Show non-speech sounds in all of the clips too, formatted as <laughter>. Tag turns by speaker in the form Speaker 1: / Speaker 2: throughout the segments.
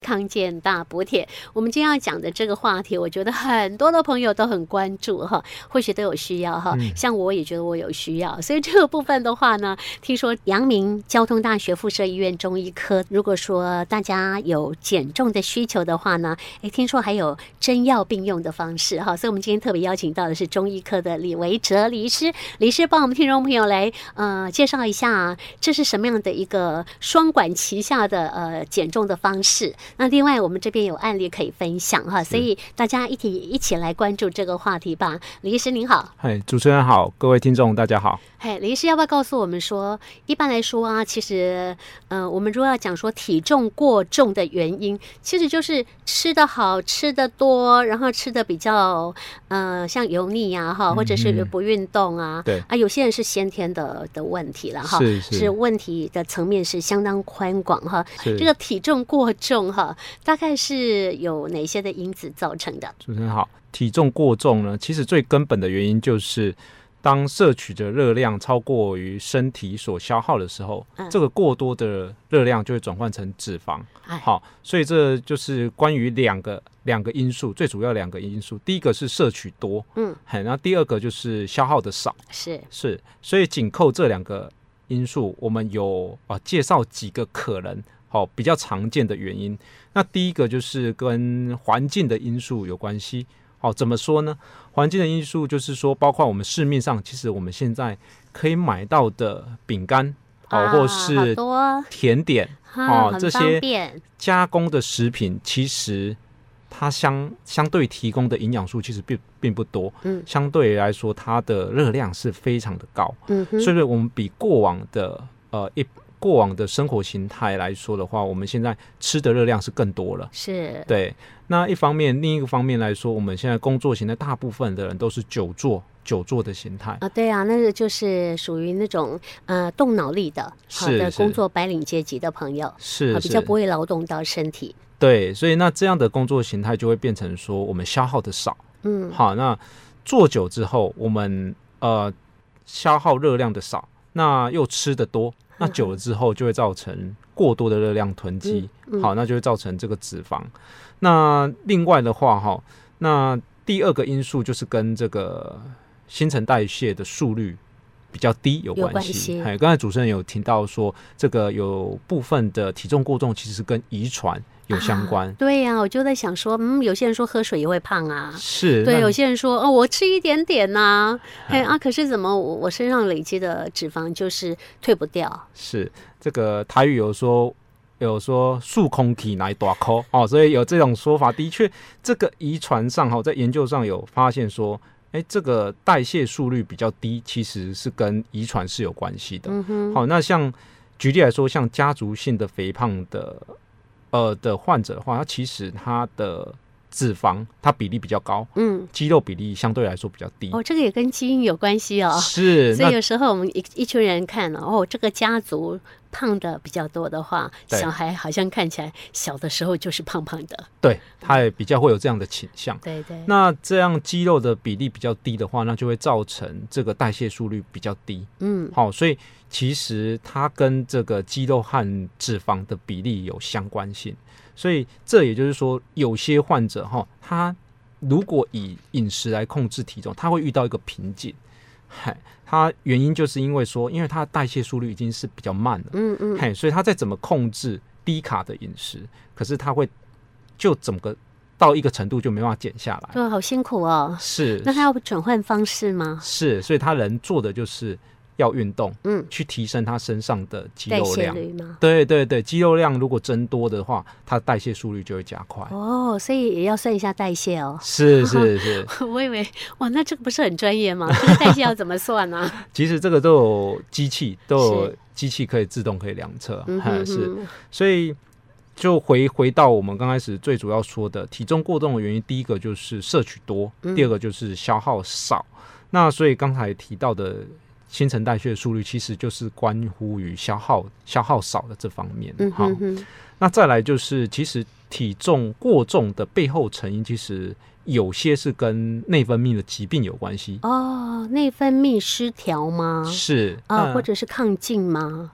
Speaker 1: 康健大补帖。我们今天要讲的这个话题，我觉得很多的朋友都很关注哈，或许都有需要哈。像我也觉得我有需要，所以这个部分的话呢，听说阳明交通大学附设医院中医科，如果说大家有减重的需求的话呢，诶，听说还有针药并用的方式哈。所以我们今天特别邀请到的是中医科的李维哲李医师，李医师帮我们听众朋友来呃介绍一下、啊、这是什么样的一个双管齐下的呃减重的方式。那另外我们这边有案例可以分享哈，所以大家一起一起来关注这个话题吧。李医师您好，
Speaker 2: 嗨，主持人好，各位听众大家好。
Speaker 1: 嘿，李医师要不要告诉我们说，一般来说啊，其实呃，我们如果要讲说体重过重的原因，其实就是吃的好、吃的多，然后吃的比较呃像油腻啊哈，或者是不运动啊，
Speaker 2: 嗯对
Speaker 1: 啊，有些人是先天的的问题了哈，
Speaker 2: 是
Speaker 1: 是
Speaker 2: 是
Speaker 1: 问题的层面是相当宽广哈。
Speaker 2: 是
Speaker 1: 这个体重过重哈，大概是有哪些的因子造成的？
Speaker 2: 主持人好，体重过重呢，其实最根本的原因就是，当摄取的热量超过于身体所消耗的时候，
Speaker 1: 嗯
Speaker 2: 这个过多的热量就会转换成脂肪。
Speaker 1: 哎，
Speaker 2: 好，所以这就是关于两个两个因素，最主要两个因素，第一个是摄取多，
Speaker 1: 嗯，
Speaker 2: 很，然后第二个就是消耗的少，
Speaker 1: 是
Speaker 2: 是，所以紧扣这两个因素，我们有啊介绍几个可能。好、比较常见的原因，那第一个就是跟环境的因素有关系。好、怎么说呢？环境的因素就是说，包括我们市面上，其实我们现在可以买到的饼干，好、
Speaker 1: 啊
Speaker 2: 哦
Speaker 1: 好
Speaker 2: 或是
Speaker 1: 多啊，
Speaker 2: 甜点，哦
Speaker 1: 很
Speaker 2: 这
Speaker 1: 方
Speaker 2: 些
Speaker 1: 便
Speaker 2: 加工的食品其实它相相对提供的营养素其实并并不多，
Speaker 1: 嗯
Speaker 2: 相对来说它的热量是非常的高，
Speaker 1: 嗯哼，
Speaker 2: 所以我们比过往的呃一过往的生活形态来说的话，我们现在吃的热量是更多了。
Speaker 1: 是
Speaker 2: 对，那一方面，另一个方面来说，我们现在工作型的大部分的人都是久坐久坐的形态，
Speaker 1: 啊，对啊，那个就是属于那种呃动脑力的，好
Speaker 2: 是
Speaker 1: 的
Speaker 2: 是
Speaker 1: 工作白领阶级的朋友，
Speaker 2: 是
Speaker 1: 啊，比较
Speaker 2: 是
Speaker 1: 不会劳动到身体。
Speaker 2: 对，所以那这样的工作形态就会变成说我们消耗的少。
Speaker 1: 嗯，
Speaker 2: 好，那做久之后，我们呃消耗热量的少，那又吃的多，
Speaker 1: 嗯
Speaker 2: 那久了之后就会造成过多的热量囤积，
Speaker 1: 嗯嗯
Speaker 2: 好，那就会造成这个脂肪。那另外的话，哈，那第二个因素就是跟这个新陈代谢的速率。比较低有
Speaker 1: 有
Speaker 2: 关
Speaker 1: 关
Speaker 2: 系
Speaker 1: 系，
Speaker 2: 哎，刚才主持人有提到说，这个有部分的体重过重其实跟遗传有相关，
Speaker 1: 啊对呀、我就在想说，嗯，有些人说喝水也会胖啊。
Speaker 2: 是
Speaker 1: 对，
Speaker 2: 那嗯
Speaker 1: 有些人说哦，我吃一点点呐、哎啊，可是怎么我我身上累积的脂肪就是退不掉？
Speaker 2: 是这个台语有说有说数空体乃大口哦，所以有这种说法。的确，这个遗传上哦哈，在研究上有发现说，哎，这个代谢速率比较低，其实是跟遗传是有关系的。
Speaker 1: 嗯哼，
Speaker 2: 好、那像举例来说，像家族性的肥胖的呃的患者的话，他其实他的脂肪它比例比较高，
Speaker 1: 嗯，
Speaker 2: 肌肉比例相对来说比较低。
Speaker 1: 哦，这个也跟基因有关系哦。
Speaker 2: 嗯是，
Speaker 1: 所
Speaker 2: 那
Speaker 1: 以有时候我们一一群人看了，哦，这个家族胖的比较多的话，
Speaker 2: 对
Speaker 1: 小孩好像看起来小的时候就是胖胖的，
Speaker 2: 对他也比较会有这样的倾向。
Speaker 1: 对对，
Speaker 2: 那这样肌肉的比例比较低的话，那就会造成这个代谢速率比较低。
Speaker 1: 嗯，
Speaker 2: 好、所以其实它跟这个肌肉和脂肪的比例有相关性。所以这也就是说，有些患者哈、他如果以饮食来控制体重，他会遇到一个瓶颈。嗨，他原因就是因为说，因为他的代谢速率已经是比较慢了，
Speaker 1: 嗯嗯，
Speaker 2: 嘿，所以他再怎么控制低卡的饮食，可是他会就整个到一个程度就没办法减下来。
Speaker 1: 对，好辛苦哦。
Speaker 2: 是，
Speaker 1: <laughs> 那他要转换方式吗？
Speaker 2: 是，所以他人做的就是要运动，
Speaker 1: 嗯，
Speaker 2: 去提升他身上的肌
Speaker 1: 代
Speaker 2: 肉
Speaker 1: 谢
Speaker 2: 量。
Speaker 1: 率吗？
Speaker 2: 对对对，肌肉量如果增多的话，它代谢速率就会加快。
Speaker 1: 哦，所以也要算一下代谢哦。
Speaker 2: 是是是，
Speaker 1: <laughs> 我以为哇，那这个不是很专业 <laughs> 吗？这个代谢要怎么算呢、啊？
Speaker 2: 其实这个都有机器，都有
Speaker 1: 是
Speaker 2: 机器可以自动可以量测。
Speaker 1: <laughs> 嗯
Speaker 2: 嗯，
Speaker 1: 哼
Speaker 2: 是，
Speaker 1: 哼，
Speaker 2: 所以就回回到我们刚开始最主要说的，体重过重的原因，第一个就是摄取多，
Speaker 1: 嗯
Speaker 2: 第二个就是消耗少。那所以刚才提到的。新陈代谢速率其实就是关乎于消耗消耗少的这方面。
Speaker 1: 嗯
Speaker 2: 好、
Speaker 1: 哼哼，
Speaker 2: 那再来就是，其实体重过重的背后成因，其实有些是跟内分泌的疾病有关系。
Speaker 1: 哦，内分泌失调吗？
Speaker 2: 是嗯
Speaker 1: 啊，
Speaker 2: 那
Speaker 1: 或者是亢进吗？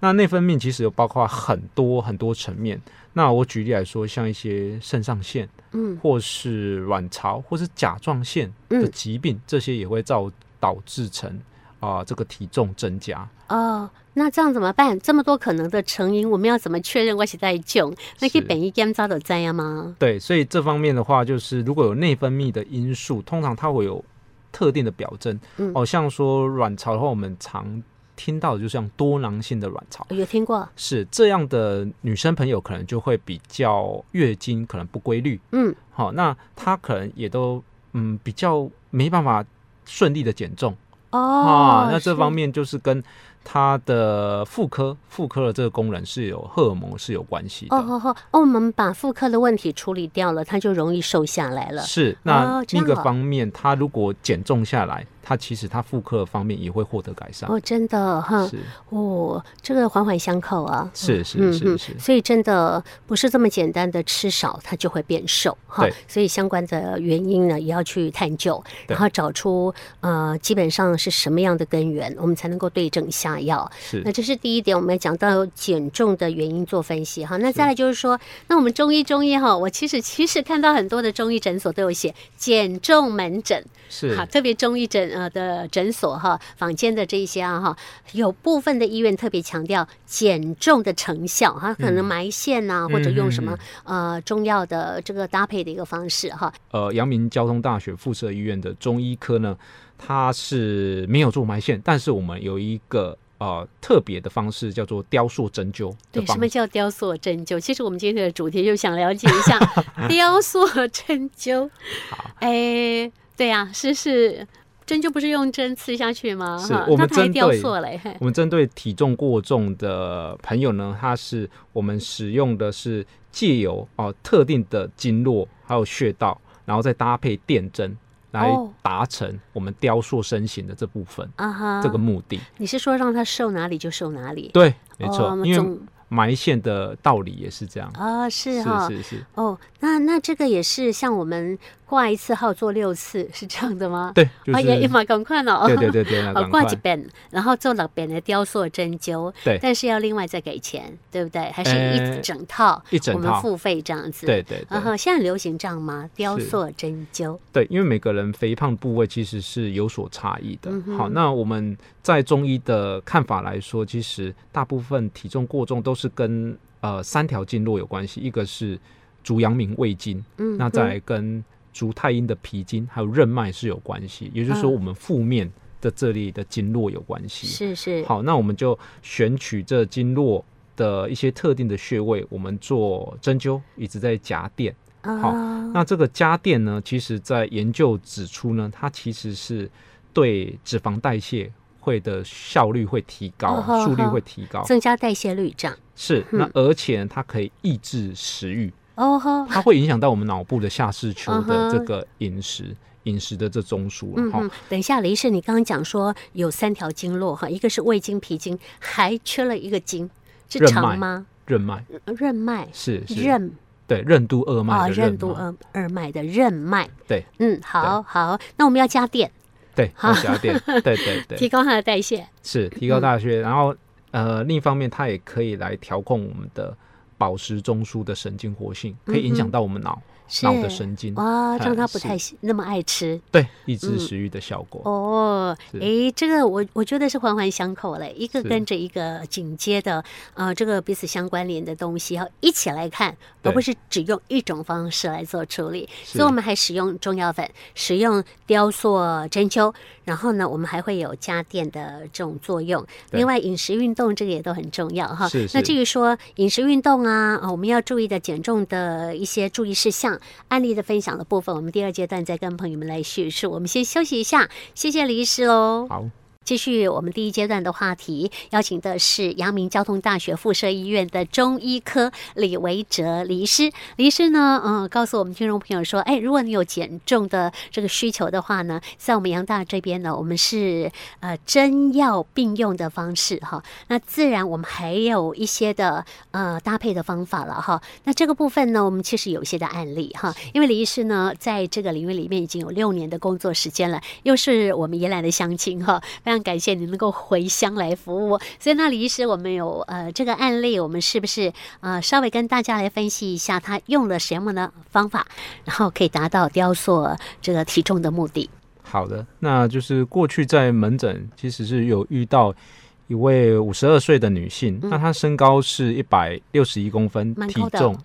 Speaker 2: 那内分泌其实有包括很多很多层面。那我举例来说，像一些肾上腺，
Speaker 1: 嗯
Speaker 2: 或是卵巢，或是甲状腺的
Speaker 1: 嗯
Speaker 2: 疾病，这些也会造导致成啊、这个体重增加。
Speaker 1: 哦，那这样怎么办？这么多可能的成因，我们要怎么确认我是在囧？那去
Speaker 2: 是
Speaker 1: 本一检查的知啊吗？
Speaker 2: 对，所以这方面的话，就是如果有内分泌的因素，通常它会有特定的表征。
Speaker 1: 嗯
Speaker 2: 哦，像说卵巢的话，我们常听到的就是像多囊性的卵巢，
Speaker 1: 我有听过，
Speaker 2: 是这样的女生朋友可能就会比较月经可能不规律。
Speaker 1: 嗯，
Speaker 2: 好、那她可能也都嗯比较没办法顺利的减重。
Speaker 1: 哦
Speaker 2: 啊，，那
Speaker 1: 是
Speaker 2: 这
Speaker 1: 哦
Speaker 2: 方面就是跟它的妇科妇科的这个功能是有荷尔蒙是有关系的。
Speaker 1: 哦哦哦哦，我们把妇科的问题处理掉了，它就容易瘦下来了。
Speaker 2: 是，那
Speaker 1: 哦这
Speaker 2: 另一个
Speaker 1: 样哦
Speaker 2: 方面，它如果减重下来，它其实它妇科的方面也会获得改善。
Speaker 1: 哦，真的哈，
Speaker 2: 是
Speaker 1: 哦，这个环环相扣啊。
Speaker 2: 是
Speaker 1: 嗯
Speaker 2: 是是是
Speaker 1: 嗯，，所以真的不是这么简单的吃少它就会变瘦哈
Speaker 2: 对，
Speaker 1: 所以相关的原因呢也要去探究，
Speaker 2: 对
Speaker 1: 然后找出呃基本上是什么样的根源，我们才能够对症下药。那
Speaker 2: 是
Speaker 1: 这是第一点，我们要讲到减重的原因做分析哈。那再来就是说，那我们中医中医哈，我其实其实看到很多的中医诊所都有写减重门诊，
Speaker 2: 是
Speaker 1: 好，特别中医诊呃的诊所哈，坊间的这一些啊哈，有部分的医院特别强调减重的成效哈，
Speaker 2: 嗯
Speaker 1: 可能埋线呐、啊或者用什么、呃中药的这个搭配的一个方式哈。
Speaker 2: 呃，阳明交通大学附设医院的中医科呢，它是没有做埋线，但是我们有一个呃特别的方式叫做雕塑针灸的
Speaker 1: 对，
Speaker 2: 方
Speaker 1: 什么叫雕塑针灸？其实我们今天的主题就想了解一
Speaker 2: <laughs>
Speaker 1: 下雕塑针灸。哎，对呀、是是，针灸不是用针刺下去吗？
Speaker 2: 是
Speaker 1: 哈
Speaker 2: 我们
Speaker 1: 那它还
Speaker 2: 针
Speaker 1: 雕
Speaker 2: 对
Speaker 1: 塑嘞，嘿
Speaker 2: 我们针对体重过重的朋友呢，它是我们使用的是借由哦、特定的经络还有穴道，然后再搭配电针来
Speaker 1: 哦
Speaker 2: 达成我们雕塑身形的这部分、
Speaker 1: 啊哈，
Speaker 2: 这个目的。
Speaker 1: 你是说让它瘦哪里就瘦哪里？
Speaker 2: 对，没错，
Speaker 1: 哦
Speaker 2: 因为
Speaker 1: 总
Speaker 2: 埋线的道理也是这样。
Speaker 1: 啊、是哈、
Speaker 2: 是是，
Speaker 1: 哦，那那这个也是像我们挂一次号做六次是这样的吗？
Speaker 2: 对，就是、
Speaker 1: 啊也也蛮赶快了哦。 <laughs>
Speaker 2: 对对对对，那
Speaker 1: 哦，
Speaker 2: 赶
Speaker 1: 挂
Speaker 2: 快
Speaker 1: 几遍，然后做了遍的雕塑针灸，
Speaker 2: 对
Speaker 1: 但是要另外再给钱，对不对？还是
Speaker 2: 呃
Speaker 1: 一整套，
Speaker 2: 一整
Speaker 1: 我们啊
Speaker 2: 套
Speaker 1: 付费这样子。，
Speaker 2: 对对对
Speaker 1: 然后现在流行这样吗？雕塑针灸，
Speaker 2: 对，因为每个人肥胖部位其实是有所差异的。
Speaker 1: 嗯哼
Speaker 2: 好，那我们在中医的看法来说，其实大部分体重过重都是跟呃三条经络有关系，一个是足阳明胃经，
Speaker 1: 嗯，
Speaker 2: 那再来跟足太阴的脾经还有任脉是有关系，也就是说
Speaker 1: 嗯
Speaker 2: 我们腹面的这里的经络有关
Speaker 1: 嗯
Speaker 2: 系。
Speaker 1: 是是，
Speaker 2: 好，那我们就选取这经络的一些特定的穴位，我们做针灸，一直在夹垫。好
Speaker 1: 啊，
Speaker 2: 那这个家电呢，其实在研究指出呢，它其实是对脂肪代谢会的效率会提高
Speaker 1: 哦，好
Speaker 2: 速率
Speaker 1: 好
Speaker 2: 会提高。
Speaker 1: 增加代谢率这嗯样。
Speaker 2: 是，那而且呢它可以抑制食欲，
Speaker 1: 哦吼，
Speaker 2: 它会影响到我们脑部的下视丘
Speaker 1: 嗯
Speaker 2: 的
Speaker 1: 哼
Speaker 2: 这个饮食。饮食的这中枢了
Speaker 1: 嗯
Speaker 2: 哈
Speaker 1: 哼，，等一下，雷士，你刚刚讲说有三条经络哈，一个是胃经、脾经，还缺了一个经，是
Speaker 2: 任
Speaker 1: 肠
Speaker 2: 脉
Speaker 1: 吗？
Speaker 2: 任脉
Speaker 1: 呃任脉，
Speaker 2: 是是
Speaker 1: 任
Speaker 2: 对任督二脉
Speaker 1: 啊，
Speaker 2: 的任
Speaker 1: 任督
Speaker 2: 脉
Speaker 1: 二二脉的任脉。
Speaker 2: 对，
Speaker 1: 嗯，好好，那我们要加电，
Speaker 2: 对，
Speaker 1: 好
Speaker 2: 好家
Speaker 1: <laughs>
Speaker 2: 电，对对
Speaker 1: 提
Speaker 2: 对，
Speaker 1: 高它的代谢。
Speaker 2: 是提高大学，然后呃，另一方面它也可以来调控我们的饱食中枢的神经活性，可以影响到我们脑
Speaker 1: 嗯是
Speaker 2: 脑的神经，
Speaker 1: 哇，让它不
Speaker 2: 是
Speaker 1: 太那么爱吃
Speaker 2: 对，抑制食欲的效果。
Speaker 1: 哦。
Speaker 2: 是
Speaker 1: 诶，这个我我觉得是环环相扣嘞，一个
Speaker 2: 是
Speaker 1: 跟着一个紧接的，呃，这个彼此相关联的东西要一起来看，而
Speaker 2: 对
Speaker 1: 不是只用一种方式来做处理。
Speaker 2: 是
Speaker 1: 所以我们还使用中药粉，使用雕塑针灸，然后呢，我们还会有加电的这种作用。
Speaker 2: 对
Speaker 1: 另外，饮食运动这个也都很重要哈。
Speaker 2: 是是
Speaker 1: 那至于说饮食运动啊，啊，我们要注意的减重的一些注意事项、案例的分享的部分，我们第二阶段再跟朋友们来叙述。我们先休息一下，谢谢李医师哦。
Speaker 2: 好，
Speaker 1: 继续我们第一阶段的话题，邀请的是阳明交通大学附设医院的中医科李维哲李医师。李医师呢，嗯，告诉我们听众朋友说，哎，如果你有减重的这个需求的话呢，在我们阳大这边呢，我们是呃针药并用的方式哈。那自然我们还有一些的呃搭配的方法了哈。那这个部分呢，我们其实有一些的案例哈，因为李医师呢，在这个领域里面已经有六年的工作时间了，又是我们宜兰的乡亲哈，非常常感谢你能够回乡来服务。所以那李医师，我们有呃这个案例，我们是不是呃稍微跟大家来分析一下他用了什么呢方法，然后可以达到雕塑这个体重的目的？
Speaker 2: 好的，那就是过去在门诊其实是有遇到一位五十二岁的女性，
Speaker 1: 嗯
Speaker 2: 那她身高是一百六十一公分，
Speaker 1: 蛮
Speaker 2: 体
Speaker 1: 高的
Speaker 2: 重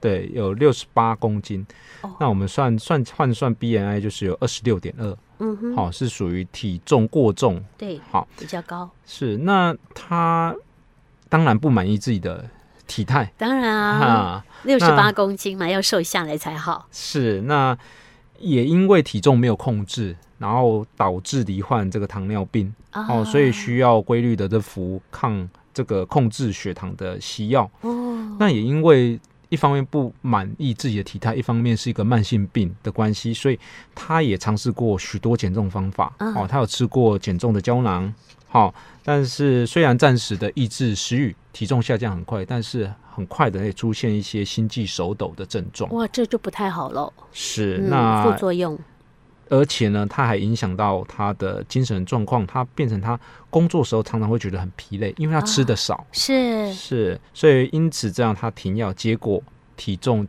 Speaker 2: 对有六十八公斤。
Speaker 1: 哦
Speaker 2: 那我们算算换算 BMI 就是有二十六点二，
Speaker 1: 嗯哼，
Speaker 2: 好是属于体重过重。
Speaker 1: 对，
Speaker 2: 好
Speaker 1: 比较高，
Speaker 2: 是那她当然不满意自己的体态
Speaker 1: 当然啊，
Speaker 2: 啊，
Speaker 1: 六十八
Speaker 2: 那
Speaker 1: 公斤嘛，要瘦下来才好。
Speaker 2: 是那也因为体重没有控制，然后导致罹患这个糖尿病。
Speaker 1: 啊
Speaker 2: 哦，所以需要规律的这服抗这个控制血糖的西药。
Speaker 1: 哦，
Speaker 2: 那也因为一方面不满意自己的体态，一方面是一个慢性病的关系，所以他也尝试过许多减重方法。
Speaker 1: 嗯
Speaker 2: 哦，他有吃过减重的胶囊。好、但是虽然暂时的抑制食欲，体重下降很快，但是很快的会出现一些心悸、手抖的症状。
Speaker 1: 哇，这就不太好喽。
Speaker 2: 是，
Speaker 1: 嗯，
Speaker 2: 那
Speaker 1: 副作用
Speaker 2: 而且呢，它还影响到他的精神状况，他变成他工作时候常常会觉得很疲累，因为他吃
Speaker 1: 啊
Speaker 2: 的少，
Speaker 1: 是
Speaker 2: 是，所以因此这样他停药，结果体重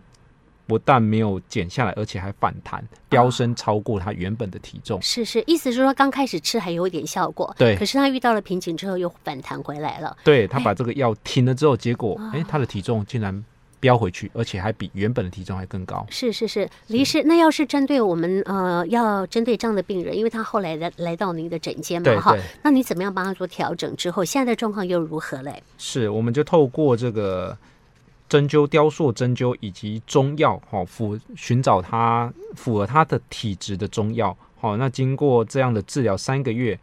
Speaker 2: 不但没有减下来，而且还反弹，飙升超过他原本的体重。
Speaker 1: 是是，意思是说刚开始吃还有一点效果，
Speaker 2: 对
Speaker 1: 可是他遇到了瓶颈之后又反弹回来了，
Speaker 2: 对他把这个药停了之后，结果
Speaker 1: 啊
Speaker 2: 哎、他的体重竟然飙回去，而且还比原本的体重还更高。
Speaker 1: 是是是，李医师，那要是针对我们呃，要针对这样的病人，因为他后来来来到您的诊间
Speaker 2: 对
Speaker 1: 嘛哈
Speaker 2: 对，
Speaker 1: 那你怎么样帮他做调整？之后现在的状况又如何嘞？
Speaker 2: 是，我们就透过这个针灸、雕塑针灸以及中药，好、符寻找它符合它的体质的中药。好、那经过这样的治疗三个月，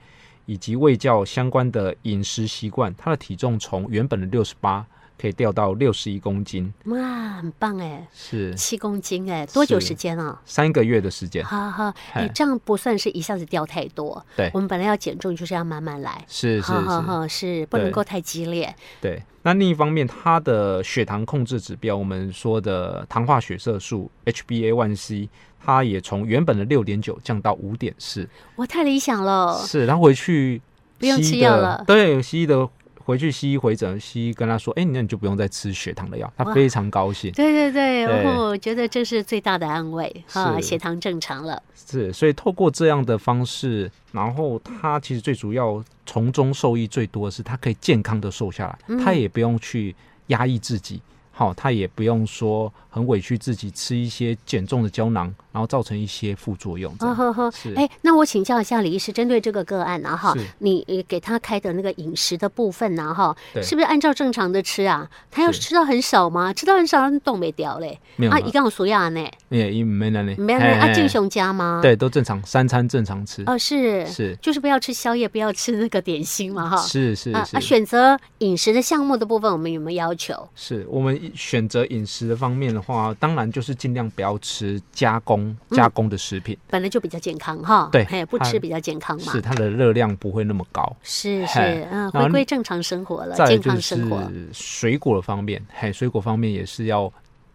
Speaker 2: 以及卫教相关的饮食习惯，他的体重从原本的六十八可以掉到六十一公斤，
Speaker 1: 哇，很棒哎，
Speaker 2: 是
Speaker 1: 七公斤哎，多久
Speaker 2: 是
Speaker 1: 时间啊？
Speaker 2: 三个月的时间。
Speaker 1: 哈哈，哎
Speaker 2: 嗨，
Speaker 1: 这样不算是一下子掉太多。
Speaker 2: 对
Speaker 1: 我们本来要减重就是要慢慢来，
Speaker 2: 是是
Speaker 1: 哈哈
Speaker 2: 是，
Speaker 1: 哈，是不能
Speaker 2: 对
Speaker 1: 够太激烈。
Speaker 2: 对。那另一方面，它的血糖控制指标，我们说的糖化血色素 HbA1c，它也从原本的六点九降到五点四，
Speaker 1: 我太理想了，
Speaker 2: 是，然后回去
Speaker 1: 哦不用
Speaker 2: 西
Speaker 1: 吃
Speaker 2: 医
Speaker 1: 药
Speaker 2: 的
Speaker 1: 了
Speaker 2: 对，西医的回去西医回诊，西医跟他说，哎，那你就不用再吃血糖的药，他
Speaker 1: 哇
Speaker 2: 非常高兴，
Speaker 1: 对对对，
Speaker 2: 对
Speaker 1: 哦我觉得这是最大的安慰哈，
Speaker 2: 是
Speaker 1: 血糖正常了，
Speaker 2: 是，所以透过这样的方式，然后他其实最主要从中受益最多的是，他可以健康的瘦下来，
Speaker 1: 嗯
Speaker 2: 他也不用去压抑自己。好，他也不用说很委屈自己，吃一些减重的胶囊，然后造成一些副作用。这
Speaker 1: 哦
Speaker 2: 样
Speaker 1: 呵呵。
Speaker 2: 是
Speaker 1: 哎，那我请教一下李医师，针对这个个案啊哈
Speaker 2: 是，
Speaker 1: 你呃给他开的那个饮食的部分呢、哈，
Speaker 2: 对
Speaker 1: 是不是按照正常的吃啊？他要
Speaker 2: 是
Speaker 1: 吃到很少吗？吃到很少，那冻没掉嘞。
Speaker 2: 没有
Speaker 1: 啊，
Speaker 2: 呢
Speaker 1: 一个属亚呢，
Speaker 2: 也也没呢呢，
Speaker 1: 没有
Speaker 2: 嘿
Speaker 1: 啊，
Speaker 2: 嘿
Speaker 1: 进雄家吗？，
Speaker 2: 对都正常，三餐正常吃。
Speaker 1: 哦是
Speaker 2: 是
Speaker 1: 就是不要吃宵夜，不要吃那个点心嘛哈。
Speaker 2: 是是
Speaker 1: 啊啊，
Speaker 2: 是
Speaker 1: 选择饮食的项目的部分，我们有没有要求？
Speaker 2: 是我们选择饮食的方面的话，当然就是尽量不要吃加工
Speaker 1: 嗯
Speaker 2: 加工的食品，
Speaker 1: 本来就比较健康哈，
Speaker 2: 对
Speaker 1: 哎，不
Speaker 2: 它
Speaker 1: 吃比较健康嘛。
Speaker 2: 是它的热量不会那么高。
Speaker 1: 是是
Speaker 2: 嘿，
Speaker 1: 嗯，
Speaker 2: 然
Speaker 1: 回
Speaker 2: 后
Speaker 1: 归正常生活了，
Speaker 2: 再来
Speaker 1: 健
Speaker 2: 就
Speaker 1: 康生活。
Speaker 2: 是水果的方面，嘿，水果方面也是要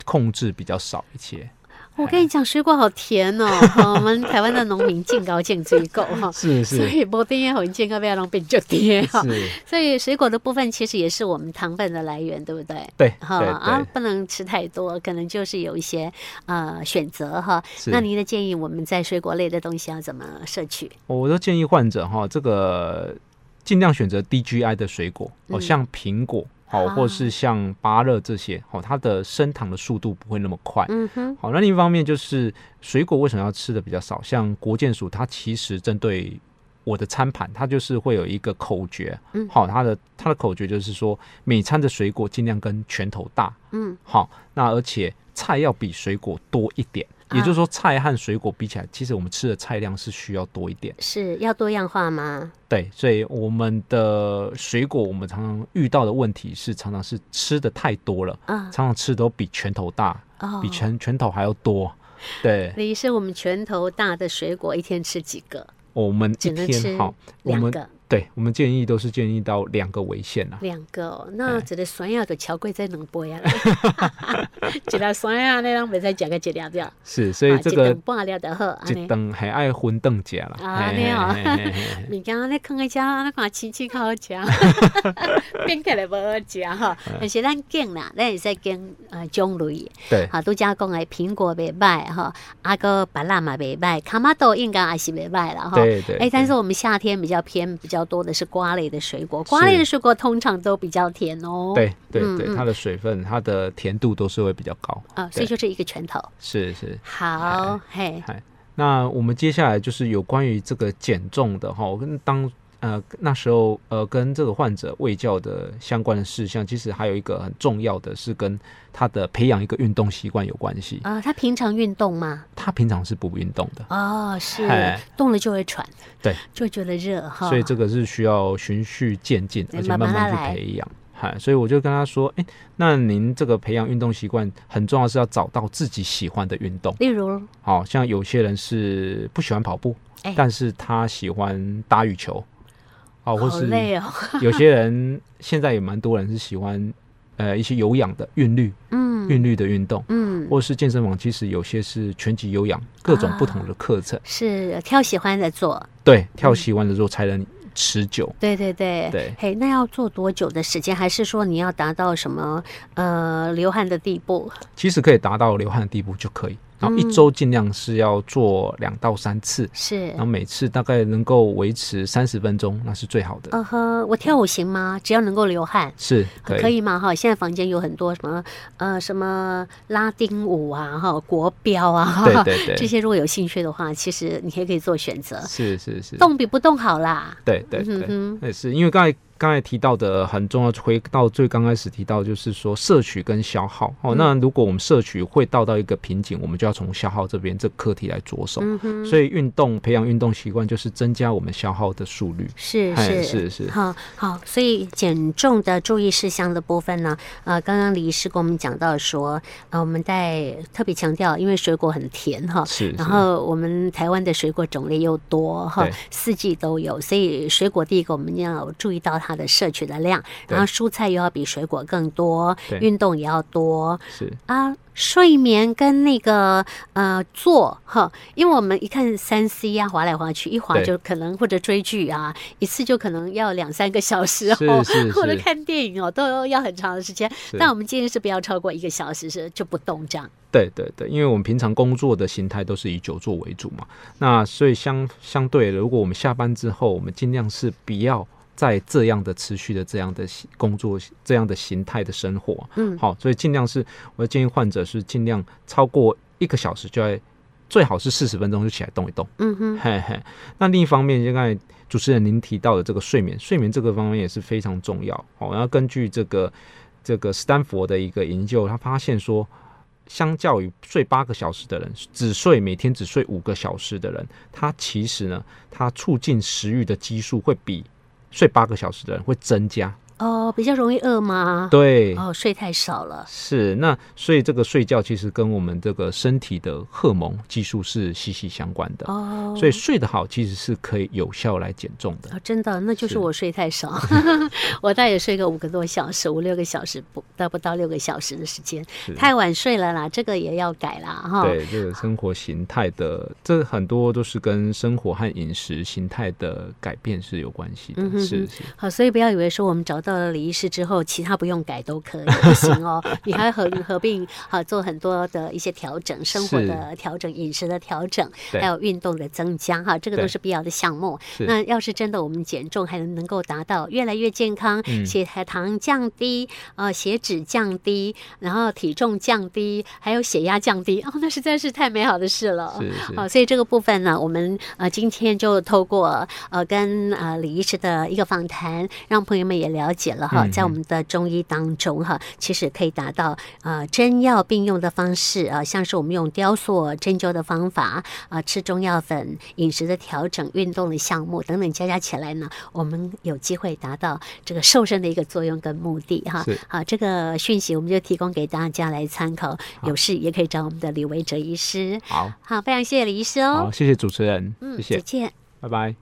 Speaker 2: 控制比较少一些。
Speaker 1: <laughs> 我跟你讲，水果好甜哦， <laughs> 哈我们台湾的农民进高进最够哈，
Speaker 2: <laughs> 是
Speaker 1: 所以无定也很健康，不要让变就甜哈。
Speaker 2: 是，
Speaker 1: 所以水果的部分其实也是我们糖分的来源，对不对？
Speaker 2: <laughs> 对
Speaker 1: 哈
Speaker 2: 对
Speaker 1: 啊
Speaker 2: 对，，
Speaker 1: 不能吃太多，可能就是有一些呃选择哈。
Speaker 2: 是
Speaker 1: 那您的建议，我们在水果类的东西要怎么摄取？
Speaker 2: 我都建议患者哈，这个尽量选择 DGI 的水果，
Speaker 1: 嗯
Speaker 2: 哦，像苹果，哦，
Speaker 1: 啊
Speaker 2: 或是像芭乐这些，哦，它的升糖的速度不会那么快。
Speaker 1: 嗯哼，
Speaker 2: 好，那另一方面就是水果为什么要吃的比较少？像国健署，它其实针对我的餐盘，它就是会有一个口诀，
Speaker 1: 嗯
Speaker 2: 好，它的它的口诀就是说，每餐的水果尽量跟拳头大，
Speaker 1: 嗯，
Speaker 2: 好，那而且菜要比水果多一点，
Speaker 1: 啊
Speaker 2: 也就是说菜和水果比起来，其实我们吃的菜量是需要多一点。
Speaker 1: 是要多样化吗？
Speaker 2: 对，所以我们的水果，我们常常遇到的问题是，常常是吃的太多了，
Speaker 1: 啊，
Speaker 2: 常常吃都比拳头大，
Speaker 1: 哦
Speaker 2: 比，拳拳头还要多。对，
Speaker 1: 李医生，我们拳头大的水果一天吃几个？
Speaker 2: 我们一
Speaker 1: 只能吃
Speaker 2: 天哈，我
Speaker 1: 两
Speaker 2: 们
Speaker 1: 个
Speaker 2: 对我们建议都是建议到两个危险啦。
Speaker 1: 两个、哦，
Speaker 2: 哎
Speaker 1: 那一个酸药就超过这两杯
Speaker 2: <laughs>
Speaker 1: 啊，一粒酸药那咱袂使食个一粒掉，
Speaker 2: 是，所以
Speaker 1: 啊
Speaker 2: 这
Speaker 1: 一
Speaker 2: 个
Speaker 1: 顿半粒就啊好，安
Speaker 2: 一
Speaker 1: 尼。
Speaker 2: 顿还爱荤顿食啦。
Speaker 1: 啊
Speaker 2: 嘿
Speaker 1: 这样哦
Speaker 2: 嘿嘿嘿嘿嘿
Speaker 1: 物件你放喺遮，你看亲戚较好食，
Speaker 2: <laughs>
Speaker 1: 变起来无好食吼。
Speaker 2: 哎
Speaker 1: 但是咱拣啦，咱会使拣呃种类， <laughs>
Speaker 2: 对，
Speaker 1: 哈，拄则讲诶苹果袂歹吼，啊个巴拉嘛袂歹，卡玛豆应该也是袂歹啦吼。
Speaker 2: 对对。
Speaker 1: 哎、但是
Speaker 2: 对
Speaker 1: 我们夏天比较偏比较多的是瓜类的水果，瓜类的水果通常都比较甜哦。
Speaker 2: 对
Speaker 1: 嗯
Speaker 2: 对
Speaker 1: 嗯
Speaker 2: 对，它的水分、它的甜度都是会比较高。
Speaker 1: 啊、所以
Speaker 2: 对
Speaker 1: 就是一个拳头。
Speaker 2: 是是。
Speaker 1: 好，嘿，
Speaker 2: 那我们接下来就是有关于这个减重的哈，跟当呃那时候呃跟这个患者喂教的相关的事项，其实还有一个很重要的是跟他的培养一个运动习惯有关系。
Speaker 1: 啊、他平常运动吗？
Speaker 2: 他平常是不运动的，
Speaker 1: 哦，是
Speaker 2: 哎，
Speaker 1: 动了就会喘，
Speaker 2: 对，
Speaker 1: 就会觉得热哈。
Speaker 2: 所以这个是需要循序渐进，
Speaker 1: 对
Speaker 2: 而且
Speaker 1: 慢
Speaker 2: 慢
Speaker 1: 慢
Speaker 2: 慢去
Speaker 1: 来
Speaker 2: 培养。嗨，所以我就跟他说，哎、那您这个培养运动习惯很重要，是要找到自己喜欢的运动。
Speaker 1: 例如，
Speaker 2: 好、像有些人是不喜欢跑步，
Speaker 1: 哎
Speaker 2: 但是他喜欢打羽球，哦，或
Speaker 1: 好
Speaker 2: 是
Speaker 1: 累哦，
Speaker 2: 有些人现在也蛮多人是喜欢呃一些有氧的韵律、
Speaker 1: 嗯
Speaker 2: 韵律的运动，
Speaker 1: 嗯，
Speaker 2: 或是健身房，其实有些是拳击有氧，各种不
Speaker 1: 啊
Speaker 2: 同的课程，
Speaker 1: 是挑喜欢的做，
Speaker 2: 对，
Speaker 1: 嗯
Speaker 2: 跳习完了之后才能持久。
Speaker 1: 对对对。
Speaker 2: 对，
Speaker 1: 嘿，那要做多久的时间？还是说你要达到什么呃流汗的地步？
Speaker 2: 其实可以达到流汗的地步就可以。然后
Speaker 1: 嗯
Speaker 2: 一周尽量是要做两到三次，
Speaker 1: 是
Speaker 2: 然后，每次大概能够维持三十分钟，那是最好的。
Speaker 1: 呃呵，我跳舞行吗？只要能够流汗。
Speaker 2: 是可以
Speaker 1: 可以吗？哈，现在房间有很多什么呃什么拉丁舞啊，哈，国标啊，哈 <laughs>
Speaker 2: 对对对，
Speaker 1: 这些如果有兴趣的话，其实你也可以做选择，
Speaker 2: 是是是，
Speaker 1: 动比不动好啦。
Speaker 2: 对对
Speaker 1: 嗯
Speaker 2: 对，
Speaker 1: 哼，
Speaker 2: 也是因为刚才刚才提到的很重要，回到最刚开始提到，就是说摄取跟消耗。哦，
Speaker 1: 嗯
Speaker 2: 那如果我们摄取会到到一个瓶颈，我们就要从消耗这边这个课题来着手。
Speaker 1: 嗯哼，
Speaker 2: 所以运动培养运动习惯，就是增加我们消耗的速率。
Speaker 1: 是是
Speaker 2: 哎是是
Speaker 1: 好好，所以减重的注意事项的部分呢，呃，刚刚李医师跟我们讲到说，呃，我们在特别强调，因为水果很甜哈，
Speaker 2: 是，
Speaker 1: 然
Speaker 2: 是
Speaker 1: 后我们台湾的水果种类又多哈
Speaker 2: 对，
Speaker 1: 四季都有，所以水果第一个我们要注意到它的摄取的量，
Speaker 2: 对
Speaker 1: 然后蔬菜又要比水果更多，
Speaker 2: 对
Speaker 1: 运动也要多
Speaker 2: 是
Speaker 1: 啊。睡眠跟那个呃做哈，因为我们一看三 C 啊，划来划去，一划
Speaker 2: 对
Speaker 1: 就可能或者追剧啊，一次就可能要两三个小时哦
Speaker 2: 是，是
Speaker 1: <laughs> 或者
Speaker 2: 是，
Speaker 1: 看电影哦，都要很长的时间。
Speaker 2: 是
Speaker 1: 但我们建议是不要超过一个小时，是就不动这样。
Speaker 2: 对对对，因为我们平常工作的形态都是以久坐为主嘛，那所以相相对的，如果我们下班之后，我们尽量是不要在这样的持续的这样的形工作这样的形态的生活，啊
Speaker 1: 嗯
Speaker 2: 好，所以尽量是，我建议患者是尽量超过一个小时就要，最好是四十分钟就起来动一动，
Speaker 1: 嗯哼，
Speaker 2: 嘿嘿。那另一方面，就刚才主持人您提到的这个睡眠，睡眠这个方面也是非常重要。哦，然后根据这个这个斯坦福的一个研究，他发现说，相较于睡八个小时的人，只睡每天只睡五个小时的人，他其实呢，他促进食欲的激素会比睡八个小时的人会增加。
Speaker 1: 哦，比较容易饿吗？
Speaker 2: 对，
Speaker 1: 哦，睡太少了，
Speaker 2: 是，那所以这个睡觉其实跟我们这个身体的荷尔蒙激素是息息相关的，
Speaker 1: 哦，
Speaker 2: 所以睡得好其实是可以有效来减重的。
Speaker 1: 哦，真的，那就是
Speaker 2: 是
Speaker 1: 我睡太
Speaker 2: <laughs>
Speaker 1: 少，我大概也睡个五个多小时，五六个小时不到不到六个小时的时间，
Speaker 2: 是
Speaker 1: 太晚睡了啦，这个也要改啦哈。
Speaker 2: 对这个生活形态的，这很多都是跟生活和饮食形态的改变是有关系的。
Speaker 1: 嗯哼
Speaker 2: 是
Speaker 1: 哼
Speaker 2: 是，
Speaker 1: 好，所以不要以为说我们找到了李医师之后，其他不用改都可以，不行
Speaker 2: <laughs>
Speaker 1: 哦，你还要合合并好做很多的一些调整，生活
Speaker 2: 是
Speaker 1: 的调整、饮食的调整，
Speaker 2: 对
Speaker 1: 还有运动的增加哈，这个都
Speaker 2: 对
Speaker 1: 是必要的项目。
Speaker 2: 是
Speaker 1: 那要是真的我们减重，还能能够达到越来越健康，
Speaker 2: 嗯
Speaker 1: 血糖降低，呃，血脂降低，然后体重降低，还有血压降低，哦，那实在是太美好的事了。
Speaker 2: 是是
Speaker 1: 好、所以这个部分呢，我们呃今天就透过呃跟呃李医师的一个访谈，让朋友们也了解了哈，
Speaker 2: 嗯
Speaker 1: 在我们的中医当中哈，其实可以达到呃针药并用的方式啊、呃像是我们用雕塑针灸的方法啊、呃吃中药粉、饮食的调整、运动的项目等等加加起来呢，我们有机会达到这个瘦身的一个作用跟目的哈
Speaker 2: 是。
Speaker 1: 好，这个讯息我们就提供给大家来参考，有事也可以找我们的李维哲医师。
Speaker 2: 好
Speaker 1: 好，非常谢谢李医师
Speaker 2: 好，
Speaker 1: 哦。
Speaker 2: 谢谢主持人，
Speaker 1: 嗯，
Speaker 2: 谢谢
Speaker 1: 再，见。
Speaker 2: 拜拜。